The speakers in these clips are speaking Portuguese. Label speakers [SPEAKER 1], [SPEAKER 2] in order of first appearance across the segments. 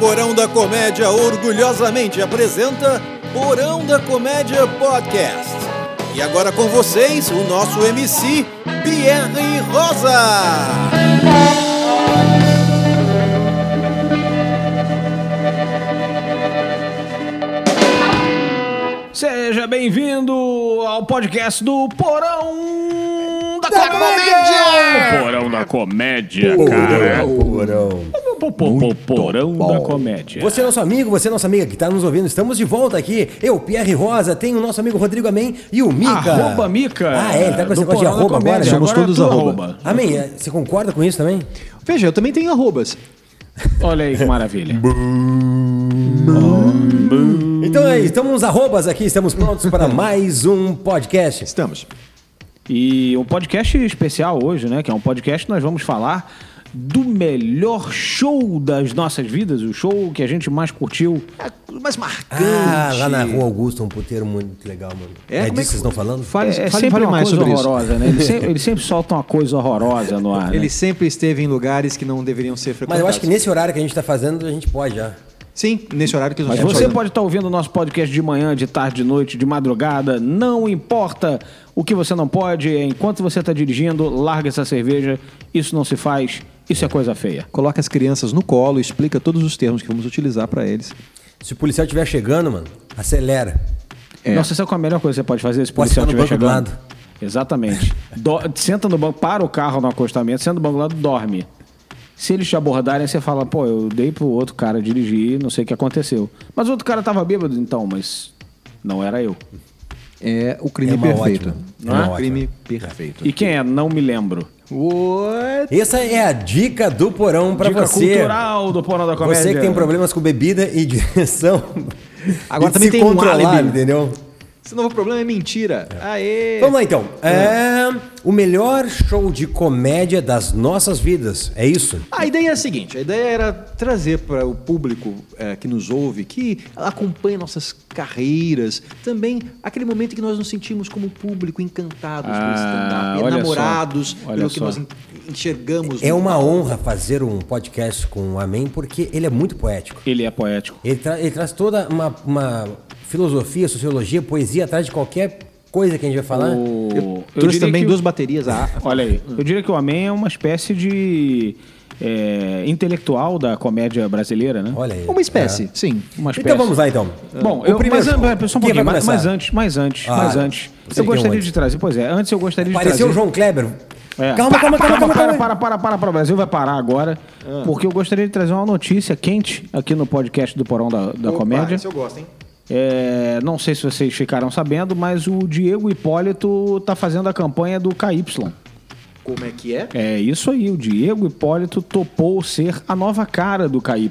[SPEAKER 1] Porão da Comédia orgulhosamente apresenta Porão da Comédia Podcast. E agora com vocês, o nosso MC, Pierre Rosa.
[SPEAKER 2] Seja bem-vindo ao podcast do Porão da,
[SPEAKER 3] Comédia!
[SPEAKER 2] Comédia! Porão da Comédia, cara.
[SPEAKER 3] Porão.
[SPEAKER 2] Pô, pô, pô, Porão da Comédia.
[SPEAKER 3] Você é nosso amigo, você é nossa amiga que tá nos ouvindo. Estamos de volta aqui. Eu, Pierre Rosa, tem o nosso amigo Rodrigo Amém e o Mica.
[SPEAKER 2] Arroba Mica.
[SPEAKER 3] Ah, é, ele tá com esse
[SPEAKER 2] do
[SPEAKER 3] negócio de
[SPEAKER 2] Porão da
[SPEAKER 3] arroba
[SPEAKER 2] Comédia.
[SPEAKER 3] agora. Somos
[SPEAKER 2] Agora é
[SPEAKER 4] todos
[SPEAKER 2] tudo
[SPEAKER 4] arroba.
[SPEAKER 3] Amém, é, você concorda com isso também?
[SPEAKER 4] Veja, eu também tenho arrobas.
[SPEAKER 2] Olha aí que maravilha.
[SPEAKER 3] Então é, isso, estamos arrobas aqui, estamos prontos para mais um podcast.
[SPEAKER 4] Estamos.
[SPEAKER 2] E um podcast especial hoje, né? Que é um podcast que nós vamos falar do melhor show das nossas vidas, o show que a gente mais curtiu.
[SPEAKER 4] Mas marcante.
[SPEAKER 3] Ah, lá na Rua Augusto, um puteiro muito legal, mano.
[SPEAKER 4] É, como
[SPEAKER 3] É,
[SPEAKER 4] é
[SPEAKER 3] disso
[SPEAKER 4] que
[SPEAKER 3] que vocês estão falando?
[SPEAKER 4] Fale,
[SPEAKER 2] É,
[SPEAKER 4] fale,
[SPEAKER 2] é sempre
[SPEAKER 4] fale
[SPEAKER 2] uma
[SPEAKER 4] mais
[SPEAKER 2] coisa
[SPEAKER 4] sobre
[SPEAKER 2] horrorosa, né? Eles sempre, eles sempre soltam uma coisa horrorosa no ar.
[SPEAKER 4] isso.
[SPEAKER 2] né?
[SPEAKER 4] Ele sempre esteve em lugares que não deveriam ser
[SPEAKER 3] Mas
[SPEAKER 4] frequentados.
[SPEAKER 3] eu acho que nesse horário que a gente tá fazendo, a gente pode já.
[SPEAKER 4] Sim, nesse horário que nós
[SPEAKER 3] é
[SPEAKER 2] Mas
[SPEAKER 4] estamos
[SPEAKER 2] você
[SPEAKER 4] falando.
[SPEAKER 2] pode estar ouvindo o nosso podcast de manhã, de tarde, de noite, de madrugada, não importa o que você não pode, enquanto você está dirigindo, larga essa cerveja, isso não se faz, isso é coisa feia.
[SPEAKER 4] Coloca as crianças no colo, explica todos os termos que vamos utilizar pra eles.
[SPEAKER 3] Se o policial estiver chegando, mano, acelera.
[SPEAKER 4] É.
[SPEAKER 2] Nossa, sabe qual é a melhor coisa que você pode fazer se o
[SPEAKER 3] Pode
[SPEAKER 2] policial
[SPEAKER 3] ficar no
[SPEAKER 2] estiver chegando?
[SPEAKER 3] banco do
[SPEAKER 2] Exatamente. Do- senta no banco, para o carro no acostamento, senta no banco do lado, dorme. Se eles te abordarem, você fala, pô, eu dei pro outro cara dirigir, não sei o que aconteceu. Mas o outro cara tava bêbado, então, mas não era eu.
[SPEAKER 4] É o crime
[SPEAKER 3] É uma
[SPEAKER 4] perfeito.
[SPEAKER 3] ótima. É
[SPEAKER 4] Não
[SPEAKER 3] uma
[SPEAKER 4] é?
[SPEAKER 3] ótima.
[SPEAKER 4] crime perfeito.
[SPEAKER 2] E quem é? Não me lembro.
[SPEAKER 4] What?
[SPEAKER 3] Essa é a dica do porão pra
[SPEAKER 2] Dica
[SPEAKER 3] você.
[SPEAKER 2] cultural do Porão da Comédia.
[SPEAKER 3] Você que tem problemas com bebida e direção.
[SPEAKER 4] Agora
[SPEAKER 3] E
[SPEAKER 4] também
[SPEAKER 3] se
[SPEAKER 4] tem um
[SPEAKER 3] controlar,
[SPEAKER 4] álibi.
[SPEAKER 3] entendeu?
[SPEAKER 4] Esse novo problema é mentira. Aê!
[SPEAKER 3] Vamos lá então. É, o melhor show de comédia das nossas vidas. É isso?
[SPEAKER 4] A ideia é a seguinte: a ideia era trazer para o público eh, que nos ouve, que acompanha nossas carreiras, também aquele momento em que nós nos sentimos como público encantados
[SPEAKER 2] Ah,
[SPEAKER 4] pelo stand-up,
[SPEAKER 2] olha
[SPEAKER 4] enamorados
[SPEAKER 2] só, olha
[SPEAKER 4] pelo que
[SPEAKER 2] só.
[SPEAKER 4] nós en- enxergamos.
[SPEAKER 3] É
[SPEAKER 4] no
[SPEAKER 3] uma
[SPEAKER 4] palco.
[SPEAKER 3] honra fazer um podcast com o Amém, porque ele é muito poético.
[SPEAKER 2] Ele é poético.
[SPEAKER 3] Ele, tra- ele traz toda uma, uma filosofia, sociologia, poesia atrás de qualquer coisa que a gente vai falar.
[SPEAKER 2] O- eu
[SPEAKER 4] Trouxe
[SPEAKER 2] diria
[SPEAKER 4] também
[SPEAKER 2] que o-
[SPEAKER 4] duas baterias. A...
[SPEAKER 2] Olha aí. Eu diria que o Amém é uma espécie de é, intelectual da comédia brasileira, né?
[SPEAKER 3] Olha aí. É.
[SPEAKER 4] Uma espécie, sim.
[SPEAKER 2] Uma espécie.
[SPEAKER 3] Então vamos lá então.
[SPEAKER 2] Bom,
[SPEAKER 3] O
[SPEAKER 2] eu,
[SPEAKER 3] primeiro
[SPEAKER 2] mas,
[SPEAKER 3] show.
[SPEAKER 2] mas, só um
[SPEAKER 3] Quem
[SPEAKER 2] pouquinho, mas,
[SPEAKER 3] vai começar?
[SPEAKER 2] mas antes, mas antes,
[SPEAKER 3] Ah,
[SPEAKER 2] mas antes.
[SPEAKER 3] sei
[SPEAKER 2] Eu
[SPEAKER 3] quem é
[SPEAKER 2] gostaria
[SPEAKER 3] antes.
[SPEAKER 2] de trazer, pois é, antes eu gostaria de
[SPEAKER 3] Pareceu o
[SPEAKER 2] trazer...
[SPEAKER 3] João Kleber.
[SPEAKER 2] É.
[SPEAKER 3] Calma,
[SPEAKER 2] para,
[SPEAKER 3] calma,
[SPEAKER 2] para,
[SPEAKER 3] calma, calma,
[SPEAKER 2] para,
[SPEAKER 3] calma.
[SPEAKER 2] para, para, para, para. O Brasil vai parar agora,
[SPEAKER 4] Ah.
[SPEAKER 2] porque eu gostaria de trazer uma notícia quente aqui no podcast do Porão da, da Comédia.
[SPEAKER 4] eu gosto, hein?
[SPEAKER 2] É, não sei se vocês ficaram sabendo, mas o Diego Hipólito tá fazendo a campanha do KY.
[SPEAKER 4] Como é que é?
[SPEAKER 2] É isso aí, o Diego Hipólito topou ser a nova cara do KY.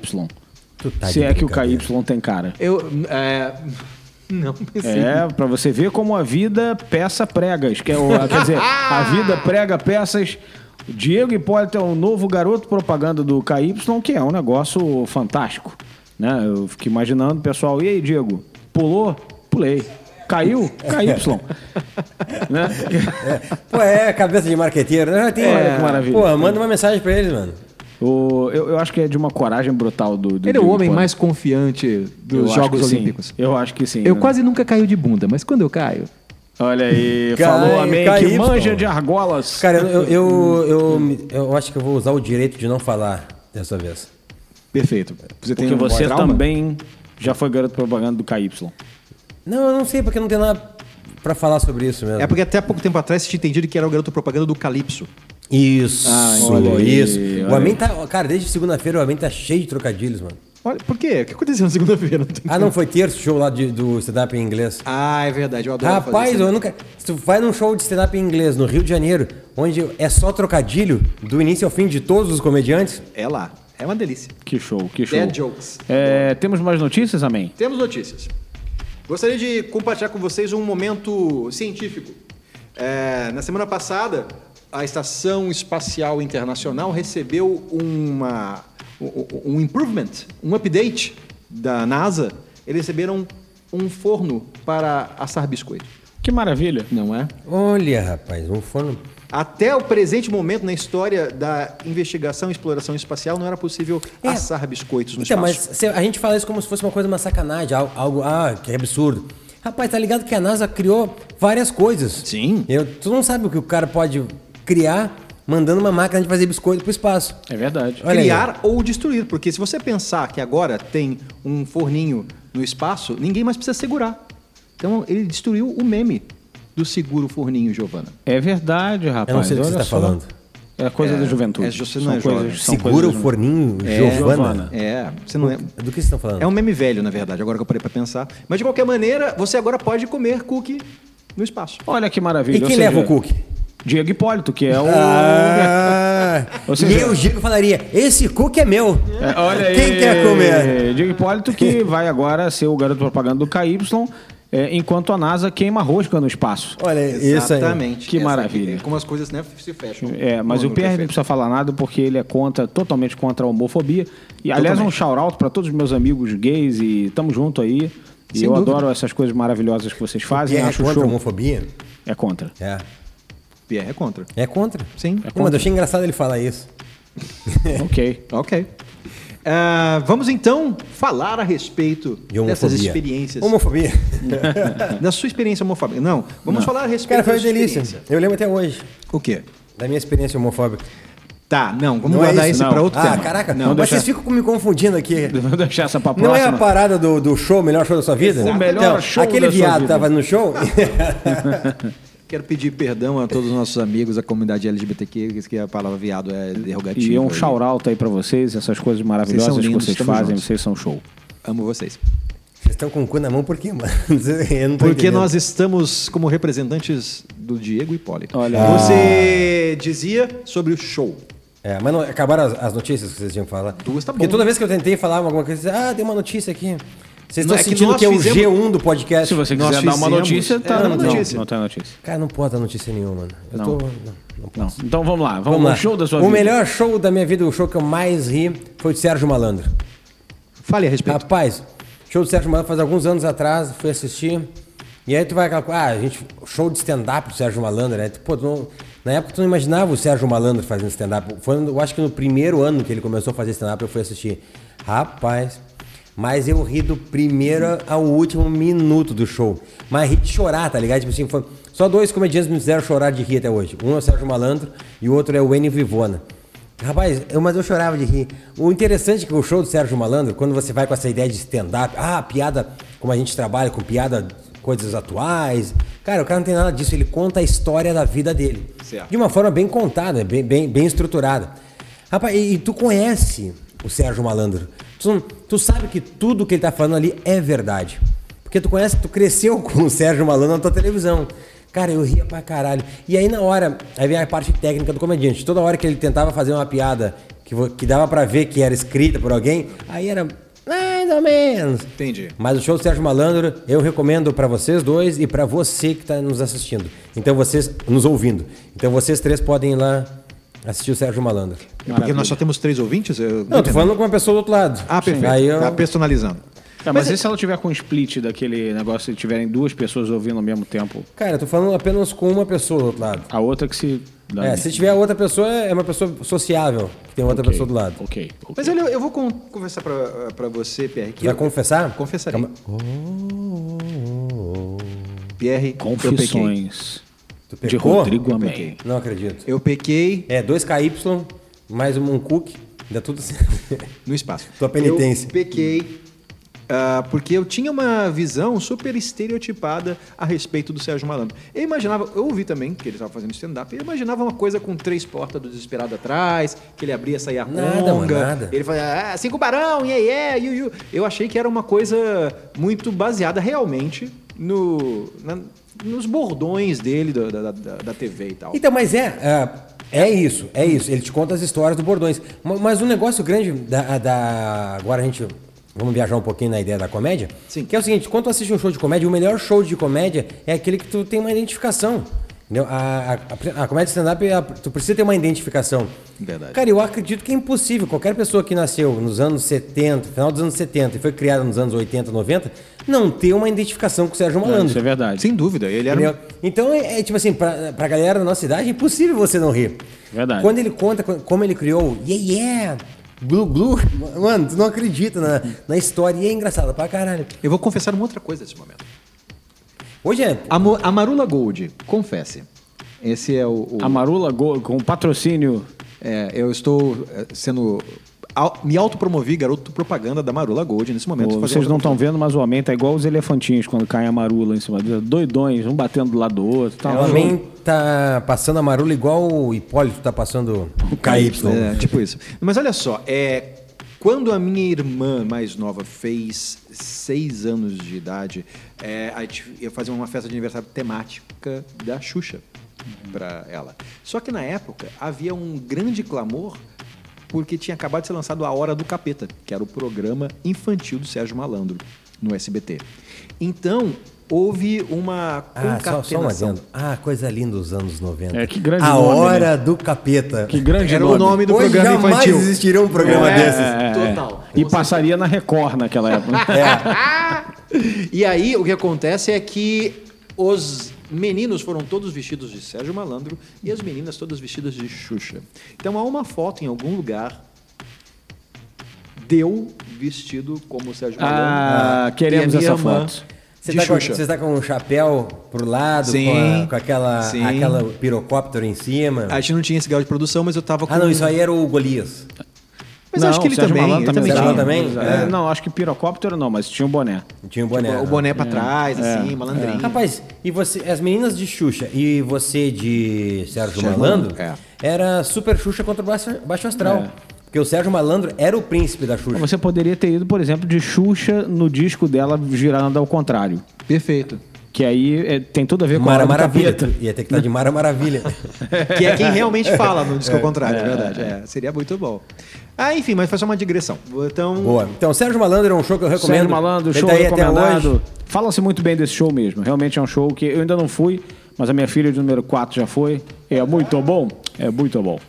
[SPEAKER 3] Tu tá
[SPEAKER 2] se
[SPEAKER 3] de
[SPEAKER 2] é que o KY
[SPEAKER 3] brincadeira.
[SPEAKER 2] tem cara.
[SPEAKER 4] Eu. é, Não pensei.
[SPEAKER 2] É, pra você ver como a vida peça pregas. Quer, quer dizer, a vida prega peças. Diego Hipólito é o novo garoto propaganda do KY, que é um negócio fantástico. Né? Eu fico imaginando, pessoal, e aí, Diego? Pulou? Pulei. Caiu? KY. né?
[SPEAKER 3] Pô, é cabeça de marqueteiro, né? Já Tem,
[SPEAKER 2] Olha É, que maravilha.
[SPEAKER 3] Pô, manda uma mensagem pra eles, mano.
[SPEAKER 2] O- eu, eu acho que é de uma coragem brutal do, do
[SPEAKER 4] Ele é o
[SPEAKER 2] Diego
[SPEAKER 4] homem
[SPEAKER 2] Hipólito.
[SPEAKER 4] mais confiante
[SPEAKER 2] Eu
[SPEAKER 4] dos
[SPEAKER 2] acho
[SPEAKER 4] Jogos
[SPEAKER 2] que sim.
[SPEAKER 4] Olímpicos.
[SPEAKER 2] Eu acho que sim.
[SPEAKER 4] Eu
[SPEAKER 2] né?
[SPEAKER 4] quase nunca caio de bunda, mas quando eu caio.
[SPEAKER 2] Olha aí,
[SPEAKER 3] Cai-
[SPEAKER 2] falou amém
[SPEAKER 3] cai
[SPEAKER 2] que
[SPEAKER 3] Y.
[SPEAKER 2] manja de argolas.
[SPEAKER 3] Cara, eu, eu,
[SPEAKER 2] Hum.
[SPEAKER 3] eu, eu, eu acho que eu vou usar o direito de não falar dessa vez.
[SPEAKER 4] Perfeito. Você tem
[SPEAKER 2] Porque
[SPEAKER 4] um
[SPEAKER 2] você
[SPEAKER 4] trauma?
[SPEAKER 2] também já foi garoto propaganda do KY.
[SPEAKER 3] Não, eu não sei, porque não tem nada pra falar sobre isso mesmo.
[SPEAKER 4] É porque até há pouco tempo atrás você tinha entendido que era o garoto propaganda do Calypso.
[SPEAKER 3] Isso,
[SPEAKER 2] olha aí,
[SPEAKER 3] isso.
[SPEAKER 2] Ah, olha
[SPEAKER 3] O Amém tá... Cara, desde segunda-feira o Amém tá cheio de trocadilhos, mano.
[SPEAKER 4] Olha, por quê? O que aconteceu na segunda-feira?
[SPEAKER 3] Ah, não, foi terço show lá de- do stand-up em inglês.
[SPEAKER 4] Ah, é verdade. Eu adoro
[SPEAKER 3] Rapaz,
[SPEAKER 4] fazer
[SPEAKER 3] eu nunca. Se tu vai num show de stand-up em inglês no Rio de Janeiro, onde é só trocadilho do início ao fim de todos os comediantes,
[SPEAKER 4] É lá. É uma delícia.
[SPEAKER 2] Que show, que show.
[SPEAKER 4] Dead jokes.
[SPEAKER 2] É, temos mais notícias, amém?
[SPEAKER 4] Temos notícias. Gostaria de compartilhar com vocês um momento científico. É, na semana passada, a Estação Espacial Internacional recebeu uma, um- um improvement, um update da NASA. Eles receberam um forno para assar biscoito.
[SPEAKER 2] Que maravilha.
[SPEAKER 4] Não é?
[SPEAKER 3] olha, rapaz, um forno.
[SPEAKER 4] Até o presente momento na história da investigação e exploração espacial não era possível
[SPEAKER 3] É.
[SPEAKER 4] assar biscoitos no
[SPEAKER 3] Então, mas
[SPEAKER 4] espaço.
[SPEAKER 3] se- a gente fala isso como se fosse uma coisa, uma sacanagem, al- algo, ah, que absurdo. Rapaz, tá ligado que a NASA criou várias coisas.
[SPEAKER 4] Sim.
[SPEAKER 3] Eu, tu não sabe o que o cara pode criar mandando uma máquina de fazer biscoito pro espaço.
[SPEAKER 2] É verdade.
[SPEAKER 3] olha aí.
[SPEAKER 4] Criar ou destruir, porque se você pensar que agora tem um forninho no espaço, ninguém mais precisa segurar. Então ele destruiu o meme do seguro forninho, Giovana.
[SPEAKER 2] É verdade, rapaz.
[SPEAKER 3] Eu não sei do que você
[SPEAKER 2] olha
[SPEAKER 3] tá
[SPEAKER 2] só.
[SPEAKER 3] falando.
[SPEAKER 2] É coisa da juventude.
[SPEAKER 4] é, você
[SPEAKER 2] São
[SPEAKER 4] não é
[SPEAKER 2] coisas-
[SPEAKER 4] jovem.
[SPEAKER 2] são
[SPEAKER 3] Segura o
[SPEAKER 2] coisas-
[SPEAKER 3] forninho,
[SPEAKER 2] É,
[SPEAKER 3] Giovana.
[SPEAKER 2] Giovana.
[SPEAKER 4] É, você não é.
[SPEAKER 3] Do que vocês estão falando?
[SPEAKER 4] É um meme velho, na verdade, agora que eu parei pra pensar. Mas de qualquer maneira, você agora pode comer cookie no espaço.
[SPEAKER 2] Olha que maravilha.
[SPEAKER 3] E
[SPEAKER 2] ou
[SPEAKER 3] quem
[SPEAKER 2] seja,
[SPEAKER 3] leva o cookie?
[SPEAKER 2] Diego Hipólito, que é o.
[SPEAKER 3] Ah,
[SPEAKER 2] Ou seja-
[SPEAKER 3] e o Gigo falaria, esse cookie é meu.
[SPEAKER 2] É, olha aí.
[SPEAKER 3] Quem quer comer?
[SPEAKER 2] Diego Hipólito, que vai agora ser o garoto propaganda do KY, é, enquanto a NASA queima rosca no espaço.
[SPEAKER 3] Olha, isso aí.
[SPEAKER 4] Exatamente.
[SPEAKER 2] É, Que
[SPEAKER 4] Essa
[SPEAKER 2] maravilha.
[SPEAKER 4] aqui, Como as coisas né, se fecham.
[SPEAKER 2] É, mas
[SPEAKER 4] Não,
[SPEAKER 2] o
[SPEAKER 4] não
[SPEAKER 2] PR não
[SPEAKER 4] perfeito.
[SPEAKER 2] precisa falar nada porque ele é contra, totalmente contra a homofobia. E aliás, um shout-out para todos os meus amigos gays e tamo junto aí. E
[SPEAKER 4] Sem
[SPEAKER 2] eu
[SPEAKER 4] dúvida.
[SPEAKER 2] adoro essas coisas maravilhosas que vocês fazem.
[SPEAKER 3] É
[SPEAKER 2] acho
[SPEAKER 3] contra a
[SPEAKER 2] show.
[SPEAKER 3] homofobia?
[SPEAKER 2] É contra.
[SPEAKER 3] É.
[SPEAKER 4] PR é contra.
[SPEAKER 3] É contra.
[SPEAKER 4] Sim.
[SPEAKER 3] Não, mas eu achei engraçado ele falar isso.
[SPEAKER 2] ok.
[SPEAKER 4] Ok. Ah, vamos então falar a respeito
[SPEAKER 3] De homofobia.
[SPEAKER 4] dessas experiências. Hum. É,
[SPEAKER 3] Homofobia.
[SPEAKER 4] da sua experiência homofóbica. Não, vamos falar a respeito
[SPEAKER 3] Cara, foi uma
[SPEAKER 4] da
[SPEAKER 3] delícia.
[SPEAKER 4] experiência.
[SPEAKER 3] Eu lembro até hoje
[SPEAKER 4] O quê?
[SPEAKER 3] da minha experiência homofóbica.
[SPEAKER 4] Tá, não, vamos
[SPEAKER 3] Não é
[SPEAKER 4] guardar
[SPEAKER 3] isso,
[SPEAKER 4] esse
[SPEAKER 2] não.
[SPEAKER 4] pra outro
[SPEAKER 3] ah,
[SPEAKER 4] tema.
[SPEAKER 3] caraca,
[SPEAKER 2] Não,
[SPEAKER 3] mas
[SPEAKER 2] deixa-
[SPEAKER 3] vocês ficam me confundindo aqui.
[SPEAKER 2] Vou deixar essa pra
[SPEAKER 3] Não é
[SPEAKER 2] próxima.
[SPEAKER 3] a parada do, do show, o melhor show da sua vida? Então,
[SPEAKER 2] O melhor show
[SPEAKER 3] Aquele
[SPEAKER 2] da sua
[SPEAKER 3] viado
[SPEAKER 2] vida.
[SPEAKER 3] tava no show.
[SPEAKER 4] Quero pedir perdão a todos os nossos amigos da comunidade LGBTQ, que a palavra viado é derrogativa.
[SPEAKER 2] E um
[SPEAKER 4] aí.
[SPEAKER 2] shout-out aí pra vocês, essas coisas maravilhosas
[SPEAKER 4] são lindos,
[SPEAKER 2] que vocês
[SPEAKER 4] tamo
[SPEAKER 2] fazem,
[SPEAKER 4] junto.
[SPEAKER 2] vocês são show.
[SPEAKER 4] Amo vocês.
[SPEAKER 3] Vocês estão com o cu na mão por quê, mano? Eu não tô
[SPEAKER 4] Porque
[SPEAKER 3] entendendo.
[SPEAKER 4] nós estamos como representantes do Diego Hipólito.
[SPEAKER 2] Olha.
[SPEAKER 4] Você dizia sobre o show.
[SPEAKER 3] É, mas não, acabaram as, as notícias que vocês tinham falar.
[SPEAKER 4] Duas tá
[SPEAKER 3] Porque
[SPEAKER 4] bom.
[SPEAKER 3] toda vez que eu tentei falar alguma coisa, vocês, ah, tem uma notícia aqui. Vocês
[SPEAKER 4] Não,
[SPEAKER 3] estão
[SPEAKER 4] é que
[SPEAKER 3] sentindo
[SPEAKER 4] nós
[SPEAKER 3] que, é o
[SPEAKER 4] fizemos-
[SPEAKER 3] G1 do podcast.
[SPEAKER 2] Se você
[SPEAKER 4] Nós
[SPEAKER 2] quiser dar uma
[SPEAKER 4] fizemos-
[SPEAKER 2] notícia, tá.
[SPEAKER 4] É, dá uma
[SPEAKER 2] não,
[SPEAKER 4] notícia.
[SPEAKER 2] não tá notícia.
[SPEAKER 3] Cara, não pode dar notícia nenhuma, mano. Eu
[SPEAKER 2] Não.
[SPEAKER 3] tô. Não, não posso.
[SPEAKER 2] Não. Então vamos lá, vamos,
[SPEAKER 3] Vamos
[SPEAKER 2] ao
[SPEAKER 3] lá.
[SPEAKER 2] show da sua
[SPEAKER 3] o
[SPEAKER 2] vida.
[SPEAKER 3] melhor show da minha vida, o show que eu mais ri, foi o de Sérgio Malandro.
[SPEAKER 4] Fale a respeito.
[SPEAKER 3] Rapaz, show do Sérgio Malandro faz alguns anos atrás, fui assistir. E aí tu vai aquela coisa, ah, gente, show de stand-up do Sérgio Malandro, né? Tu, Pô, tu não- na época tu não imaginava o Sérgio Malandro fazendo stand-up. Foi, no- eu acho que no primeiro ano que ele começou a fazer stand-up eu fui assistir. Rapaz, mas eu ri do primeiro ao último minuto do show. Mas ri de chorar, tá ligado? Tipo assim, foi- só dois comediantes me fizeram chorar de rir até hoje. Um é o Sérgio Malandro e o outro é o N Vivona. Rapaz, eu, mas eu chorava de rir. O interessante é que o show do Sérgio Malandro, quando você vai com essa ideia de stand-up, ah, piada, como a gente trabalha com piada, coisas atuais. Cara, o cara não tem nada disso, ele conta a história da vida dele.
[SPEAKER 4] Certo.
[SPEAKER 3] De uma forma bem contada, bem, bem, bem estruturada. Rapaz, e, e tu conhece o Sérgio Malandro. Tu, não- tu sabe que tudo que ele tá falando ali é verdade. Porque tu conhece, tu cresceu com o Sérgio Malandro na tua televisão. Cara, eu ria pra caralho. E aí na hora, aí vem a parte técnica do comediante. Toda hora que ele tentava fazer uma piada que, vo- que dava pra ver que era escrita por alguém, aí era mais ou menos.
[SPEAKER 4] Entendi.
[SPEAKER 3] Mas o show do Sérgio Malandro eu recomendo pra vocês dois e pra você que está nos assistindo. Então vocês nos ouvindo. Então vocês três podem ir lá assistir o Sérgio Malandro.
[SPEAKER 4] É porque nós só temos três ouvintes? Eu...
[SPEAKER 3] Não, tô falando com uma pessoa do outro lado.
[SPEAKER 4] Ah, perfeito.
[SPEAKER 3] Aí eu...
[SPEAKER 4] Tá personalizando.
[SPEAKER 2] Tá, mas, e se ela tiver com um split daquele negócio, se tiverem duas pessoas ouvindo ao mesmo tempo,
[SPEAKER 3] Cara, eu tô falando apenas com uma pessoa do outro lado.
[SPEAKER 2] a outra que se. dane?
[SPEAKER 3] É, se tiver outra pessoa, é uma pessoa sociável, que tem outra
[SPEAKER 2] Ok,
[SPEAKER 3] pessoa do lado.
[SPEAKER 2] Ok. ok.
[SPEAKER 4] Mas é olha, eu vou con- conversar pra, pra você, Pierre.
[SPEAKER 3] Tu
[SPEAKER 4] Que
[SPEAKER 3] vai
[SPEAKER 4] eu-
[SPEAKER 3] confessar?
[SPEAKER 4] Confessarei.
[SPEAKER 3] Calma.
[SPEAKER 4] Pierre, eu pequei.
[SPEAKER 2] Confissões
[SPEAKER 3] Tu
[SPEAKER 2] de
[SPEAKER 3] pecou?
[SPEAKER 2] Rodrigo Amém.
[SPEAKER 4] pequei.
[SPEAKER 3] Não acredito.
[SPEAKER 4] Eu pequei
[SPEAKER 3] É, 2KY, mais um cookie, dá tudo assim. certo.
[SPEAKER 4] no espaço.
[SPEAKER 3] Tua penitência.
[SPEAKER 4] Eu pequei ah, porque eu tinha uma visão super estereotipada a respeito do Sérgio Malandro. Eu imaginava, eu ouvi também que ele estava fazendo stand-up, eu imaginava uma coisa com três portas do desesperado atrás, que ele abria, saía a
[SPEAKER 3] Nada,
[SPEAKER 4] conga,
[SPEAKER 3] mano, nada.
[SPEAKER 4] ele fazia ah, cinco barão, yeah, yeah, iu, iu. Eu achei que era uma coisa muito baseada realmente no, na- nos bordões dele da, da, da- da TV e tal.
[SPEAKER 3] Então, mas é, é, é isso, é isso. Ele te conta as histórias do Bordões. Ma- Mas um negócio grande da, da- Agora a gente. Vamos viajar um pouquinho na ideia da comédia?
[SPEAKER 4] Sim.
[SPEAKER 3] Que é o seguinte: quando tu assiste um show de comédia, o melhor show de comédia é aquele que tu tem uma identificação. Entendeu? A, a- a comédia stand-up, é a- tu precisa ter uma identificação.
[SPEAKER 4] Verdade.
[SPEAKER 3] Cara, eu acredito que é impossível. Qualquer pessoa que nasceu nos anos 70, final dos anos 70 e foi criada nos anos 80, 90, não ter uma identificação com o Sérgio Malandro.
[SPEAKER 2] Isso é verdade.
[SPEAKER 4] Sem dúvida, ele era. um
[SPEAKER 3] Entendeu?
[SPEAKER 2] um
[SPEAKER 3] Então, é, é tipo assim, pra, pra galera da nossa idade, é impossível você não rir.
[SPEAKER 2] Verdade.
[SPEAKER 3] Quando ele conta co- como ele criou o Yeah Yeah, Blue Blue, mano, tu não acredita na, na história. E é engraçado pra caralho.
[SPEAKER 4] Eu vou confessar uma outra coisa nesse momento.
[SPEAKER 3] Hoje é...
[SPEAKER 2] Ah,
[SPEAKER 4] A, Mo- a Marula Gold, confesse. Esse é o. o-
[SPEAKER 2] A Marula Go- com patrocínio.
[SPEAKER 4] é, eu estou é, sendo. au- Me autopromovi, garoto propaganda da Marula Gold nesse momento.
[SPEAKER 2] Pô,
[SPEAKER 4] Vou fazer
[SPEAKER 2] vocês não
[SPEAKER 4] outra-
[SPEAKER 2] estão vendo, mas o Amém tá igual os elefantinhos quando caem a marula em cima deles. Doidões, um batendo do lado do outro.
[SPEAKER 4] É,
[SPEAKER 2] Tá
[SPEAKER 3] O Amém tá passando a marula igual o Hipólito tá passando o KY.
[SPEAKER 4] É, tipo isso. Mas olha só, é, quando a minha irmã mais nova fez seis anos de idade, é, a gente ia fazer uma festa de aniversário temática da Xuxa pra ela. Só que na época havia um grande clamor porque tinha acabado de ser lançado A Hora do Capeta, que era o programa infantil do Sérgio Malandro no SBT. Então, houve uma
[SPEAKER 3] Ah, só, só um
[SPEAKER 4] concatenação.
[SPEAKER 3] adendo. Ah, coisa linda dos anos 90.
[SPEAKER 2] É, que grande
[SPEAKER 3] A
[SPEAKER 2] nome,
[SPEAKER 3] Hora do Capeta.
[SPEAKER 2] Que grande
[SPEAKER 4] Era o
[SPEAKER 2] nome.
[SPEAKER 4] nome do
[SPEAKER 3] Hoje
[SPEAKER 4] programa
[SPEAKER 3] jamais
[SPEAKER 4] infantil.
[SPEAKER 3] existiria um programa
[SPEAKER 4] É,
[SPEAKER 3] desses.
[SPEAKER 4] Total.
[SPEAKER 2] E passaria na Record naquela época.
[SPEAKER 4] E aí o que acontece é que os meninos foram todos vestidos de Sérgio Malandro e as meninas todas vestidas de Xuxa. Então há uma foto em algum lugar deu vestido como Sérgio
[SPEAKER 2] Ah,
[SPEAKER 4] Malandro.
[SPEAKER 2] queremos
[SPEAKER 4] E a minha
[SPEAKER 2] essa
[SPEAKER 4] irmã
[SPEAKER 2] foto.
[SPEAKER 3] Você
[SPEAKER 4] de
[SPEAKER 3] tá, com,
[SPEAKER 4] Xuxa.
[SPEAKER 3] você tá com um chapéu pro lado, com,
[SPEAKER 4] Sim,
[SPEAKER 3] a- com aquela,
[SPEAKER 4] sim.
[SPEAKER 3] aquela pirocóptero em cima.
[SPEAKER 2] Ah,
[SPEAKER 4] A gente não tinha esse grau de produção, mas eu tava com.
[SPEAKER 3] Ah, não, isso aí era o Golias.
[SPEAKER 4] Mas
[SPEAKER 2] Não,
[SPEAKER 4] acho que ele
[SPEAKER 2] Sérgio
[SPEAKER 4] também.
[SPEAKER 2] Malandro
[SPEAKER 4] Ele também
[SPEAKER 3] Sérgio
[SPEAKER 4] tinha.
[SPEAKER 3] Malandro também?
[SPEAKER 2] É, Não, acho que pirocóptero não, mas tinha É. um boné.
[SPEAKER 3] Tinha o boné.
[SPEAKER 4] O
[SPEAKER 3] né? Ah.
[SPEAKER 4] boné pra trás, assim, malandrinho.
[SPEAKER 3] Rapaz, e você, as meninas de Xuxa e você de Sérgio,
[SPEAKER 4] Sérgio
[SPEAKER 3] Malandro,
[SPEAKER 2] é.
[SPEAKER 4] Malandro,
[SPEAKER 3] era super Xuxa contra o Baixo, Baixo Astral. Porque o Sérgio Malandro era o príncipe da Xuxa.
[SPEAKER 2] Você poderia ter ido, por exemplo, de Xuxa no disco dela girando ao contrário.
[SPEAKER 4] Perfeito.
[SPEAKER 2] Que aí é, tem tudo a ver com a
[SPEAKER 3] Mara
[SPEAKER 2] Hora do
[SPEAKER 3] Maravilha.
[SPEAKER 2] Capeta.
[SPEAKER 3] Ia ter que estar de Mara Maravilha.
[SPEAKER 4] Que é quem realmente fala no disco ao contrário, é verdade. É, seria muito bom. Ah, enfim, mas foi só uma digressão. Então,
[SPEAKER 3] Boa. Então, Sérgio Malandro é um show que eu recomendo.
[SPEAKER 2] Sérgio Malandro,
[SPEAKER 3] Ele
[SPEAKER 2] show
[SPEAKER 3] tá aí até hoje.
[SPEAKER 2] recomendado. Fala-se muito bem desse show mesmo. Realmente é um show que eu ainda não fui, mas a minha filha de número 4 já foi. É muito bom. É muito bom.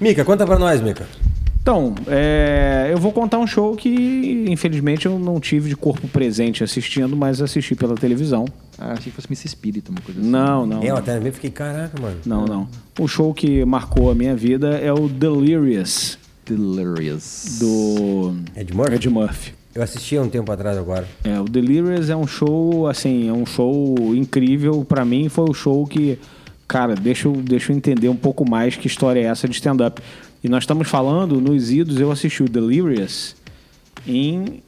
[SPEAKER 3] Mica, conta pra nós, Mica.
[SPEAKER 2] Então, é, eu vou contar um show que, infelizmente, eu não tive de corpo presente assistindo, mas assisti pela televisão.
[SPEAKER 4] Ah, achei que fosse Miss Espírita, uma coisa assim.
[SPEAKER 2] Não, não.
[SPEAKER 3] É, Eu até também fiquei, caraca, mano.
[SPEAKER 2] Não, não. O show que marcou a minha vida é o Delirious,
[SPEAKER 4] Delirious.
[SPEAKER 2] do
[SPEAKER 3] Ed Murphy?
[SPEAKER 2] Ed Murphy.
[SPEAKER 3] É Eu assisti há um tempo atrás agora.
[SPEAKER 2] É, o Delirious é um show, assim, é um show incrível. Pra mim, foi o show que, cara, deixa eu, deixa eu entender um pouco mais que história é essa de stand-up. E nós estamos falando, nos idos, eu assisti o Delirious em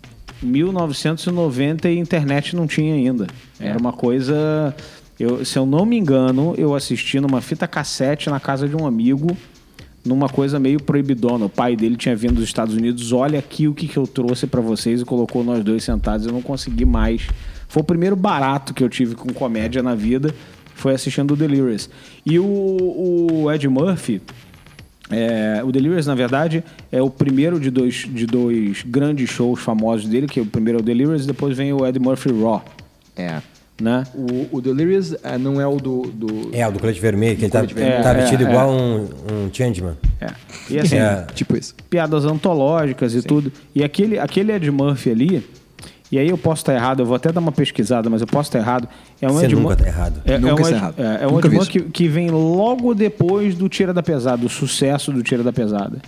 [SPEAKER 2] 1990 e a internet não tinha ainda. Era uma coisa. eu- se eu não me engano, eu assisti numa fita cassete na casa de um amigo, numa coisa meio proibidona. O pai dele tinha vindo dos Estados Unidos, olha aqui o que, que eu trouxe pra vocês e colocou nós dois sentados. Eu não consegui mais. Foi o primeiro barato que eu tive com comédia na vida, foi assistindo o Delirious. E o, o Ed Murphy, é, o Delirious, na verdade, é o primeiro de dois, de dois grandes shows famosos dele, que o primeiro é o Delirious e depois vem o Ed Murphy Raw,
[SPEAKER 4] É.
[SPEAKER 2] né?
[SPEAKER 4] O, o Delirious eh, não é o do. do-
[SPEAKER 3] É, o do colete vermelho, que ele tá,
[SPEAKER 2] vermelho.
[SPEAKER 3] tá
[SPEAKER 2] É,
[SPEAKER 3] vestido
[SPEAKER 2] é,
[SPEAKER 3] igual um, um Changeman.
[SPEAKER 2] É. E assim,
[SPEAKER 3] É.
[SPEAKER 4] Tipo isso.
[SPEAKER 2] piadas antológicas e tudo. E aquele, aquele Ed Murphy ali, e aí eu posso estar errado, eu vou até dar uma pesquisada, mas eu posso estar errado. É um
[SPEAKER 3] Você
[SPEAKER 2] Ed
[SPEAKER 3] nunca
[SPEAKER 2] Mur-
[SPEAKER 3] tá errado.
[SPEAKER 2] É,
[SPEAKER 4] Nunca
[SPEAKER 2] é um
[SPEAKER 4] está
[SPEAKER 2] Ed,
[SPEAKER 4] errado.
[SPEAKER 2] É, é um
[SPEAKER 4] Nunca
[SPEAKER 2] Ed
[SPEAKER 4] vi
[SPEAKER 2] Murphy que, que vem logo depois do Tira da Pesada, o sucesso do Tira da Pesada.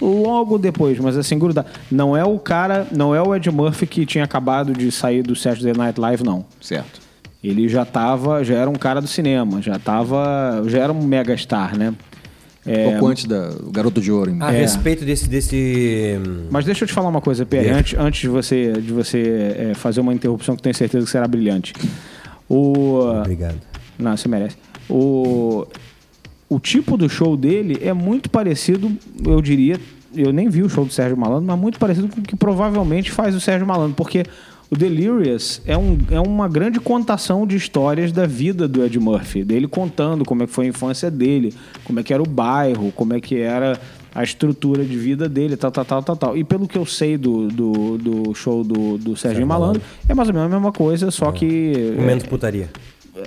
[SPEAKER 2] Logo depois, mas assim, grudar. Não é o cara, não é o Ed Murphy que tinha acabado de sair do Saturday Night Live, não.
[SPEAKER 4] Certo.
[SPEAKER 2] Ele já tava, já era um cara do cinema, já tava, já era um megastar, né? É,
[SPEAKER 4] Um Pouco antes da o Garoto de Ouro.
[SPEAKER 3] A respeito desse. desse hum,
[SPEAKER 2] Mas deixa eu te falar uma coisa, Pierre, antes, antes de você, de você é, fazer uma interrupção que tenho certeza que será brilhante. O...
[SPEAKER 3] Obrigado.
[SPEAKER 2] Não, você merece. O... o tipo do show dele é muito parecido, eu diria. Eu nem vi o show do Sérgio Malandro, mas muito parecido com o que provavelmente faz o Sérgio Malandro, porque o Delirious é, um, é uma grande contação de histórias da vida do Ed Murphy, dele contando como é que foi a infância dele, como é que era o bairro, como é que era a estrutura de vida dele, tal, tal, tal, tal, tal. E pelo que eu sei do, do, do show do, do Sérgio Malandro, é mais ou menos a mesma coisa, só que.
[SPEAKER 3] Momento putaria.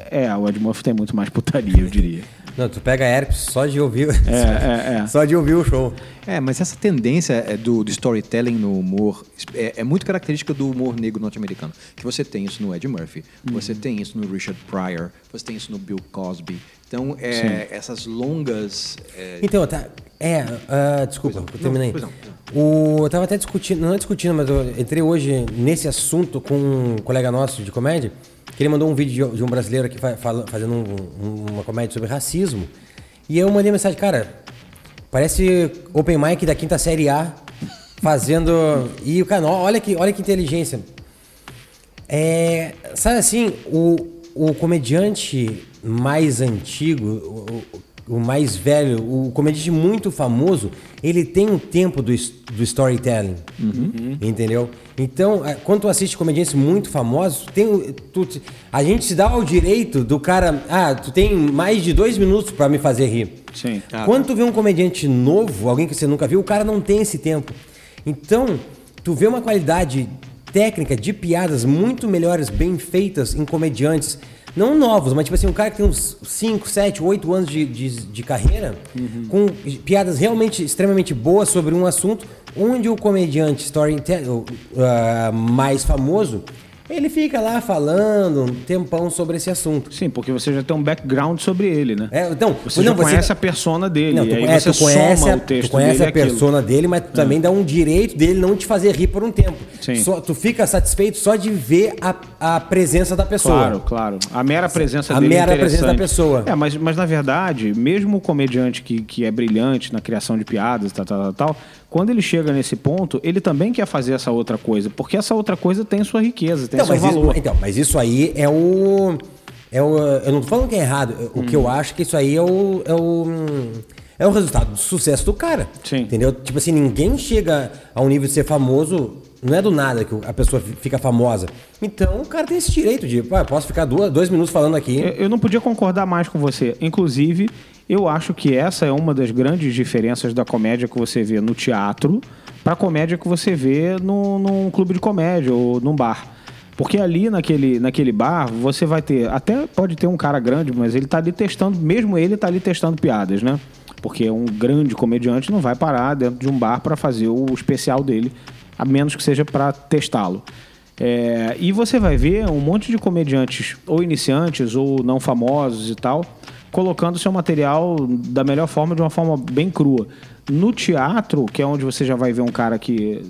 [SPEAKER 2] É, o Ed Murphy tem muito mais putaria, eu diria.
[SPEAKER 3] Não, tu pega herpes só de ouvir.
[SPEAKER 2] É, é, é.
[SPEAKER 3] Só de ouvir o show.
[SPEAKER 4] É, mas essa tendência é, do, do storytelling no humor é, é muito característica do humor negro norte-americano. Que você tem isso no Ed Murphy, você tem isso no Richard Pryor, você tem isso no Bill Cosby. Então, é, essas longas. é,
[SPEAKER 3] Então, tá. É, ah, desculpa, eu terminei.
[SPEAKER 4] pois não.
[SPEAKER 3] O, eu tava até discutindo, não é discutindo, mas eu entrei hoje nesse assunto com um colega nosso de comédia, que ele mandou um vídeo de, de um brasileiro aqui fa- fala- fazendo um- um- uma comédia sobre racismo. E eu mandei mensagem, cara, parece open mic da quinta série A, fazendo. E o canal, olha que, olha que inteligência. É, sabe assim, o, o comediante mais antigo, o, o- o mais velho, o comediante muito famoso, ele tem um tempo do, his- do storytelling. Entendeu? Então, é, quando tu assiste comediantes muito famosos, tem, o- tu, te- a gente se dá o direito do cara. Ah, tu tem mais de dois minutos pra me fazer rir.
[SPEAKER 2] Sim.
[SPEAKER 3] Quando tu vê um comediante novo, alguém que você nunca viu, o cara não tem esse tempo. Então, tu vê uma qualidade técnica de piadas muito melhores, bem feitas em comediantes. Não novos, mas tipo assim, um cara que tem uns 5, 7, 8 anos de, de, de carreira, com piadas realmente extremamente boas sobre um assunto, onde o comediante storyteller ah, mais famoso, ele fica lá falando um tempão sobre esse assunto.
[SPEAKER 2] Sim, porque você já tem um background sobre ele, né?
[SPEAKER 3] É, então,
[SPEAKER 2] você
[SPEAKER 3] não,
[SPEAKER 2] já
[SPEAKER 3] você-
[SPEAKER 2] conhece a persona dele.
[SPEAKER 3] Não, tu,
[SPEAKER 2] e aí
[SPEAKER 3] é,
[SPEAKER 2] você
[SPEAKER 3] tu conhece,
[SPEAKER 2] soma
[SPEAKER 3] a,
[SPEAKER 2] o texto
[SPEAKER 3] tu conhece
[SPEAKER 2] dele
[SPEAKER 3] a
[SPEAKER 2] e aquilo. É.
[SPEAKER 3] persona dele, mas tu também dá um direito dele não te fazer rir por um tempo.
[SPEAKER 2] Sim.
[SPEAKER 3] Só, tu fica satisfeito só de ver a, a presença da pessoa.
[SPEAKER 2] Claro, claro. A mera presença
[SPEAKER 3] A
[SPEAKER 2] dele. é
[SPEAKER 3] mera presença
[SPEAKER 2] interessante.
[SPEAKER 3] da pessoa.
[SPEAKER 2] É, mas, mas na verdade, mesmo o comediante que, que é brilhante na criação de piadas, tal, tal, tal, tal, quando ele chega nesse ponto, ele também quer fazer essa outra coisa. Porque essa outra coisa tem sua riqueza, tem
[SPEAKER 3] Então
[SPEAKER 2] seu
[SPEAKER 3] mas, isso,
[SPEAKER 2] valor.
[SPEAKER 3] então, mas isso aí é o. É o eu não tô falando que é errado. O que
[SPEAKER 2] Hum.
[SPEAKER 3] eu acho é que isso aí é o. É o é o resultado do sucesso do cara.
[SPEAKER 2] Sim.
[SPEAKER 3] Entendeu? Tipo assim, ninguém chega ao nível de ser famoso. Não é do nada que a pessoa fica famosa. Então o cara tem esse direito de. Pô, eu posso ficar duas, dois minutos falando aqui.
[SPEAKER 2] Eu, eu não podia concordar mais com você. Inclusive, eu acho que essa é uma das grandes diferenças da comédia que você vê no teatro para comédia que você vê no, num clube de comédia ou num bar. Porque ali naquele, naquele bar você vai ter. Até pode ter um cara grande, mas ele tá ali testando, mesmo ele tá ali testando piadas, né? Porque um grande comediante não vai parar dentro de um bar para fazer o especial dele, a menos que seja para testá-lo. É, e você vai ver um monte de comediantes, ou iniciantes, ou não famosos e tal, colocando seu material da melhor forma, de uma forma bem crua. No teatro, que é onde você já vai ver um cara que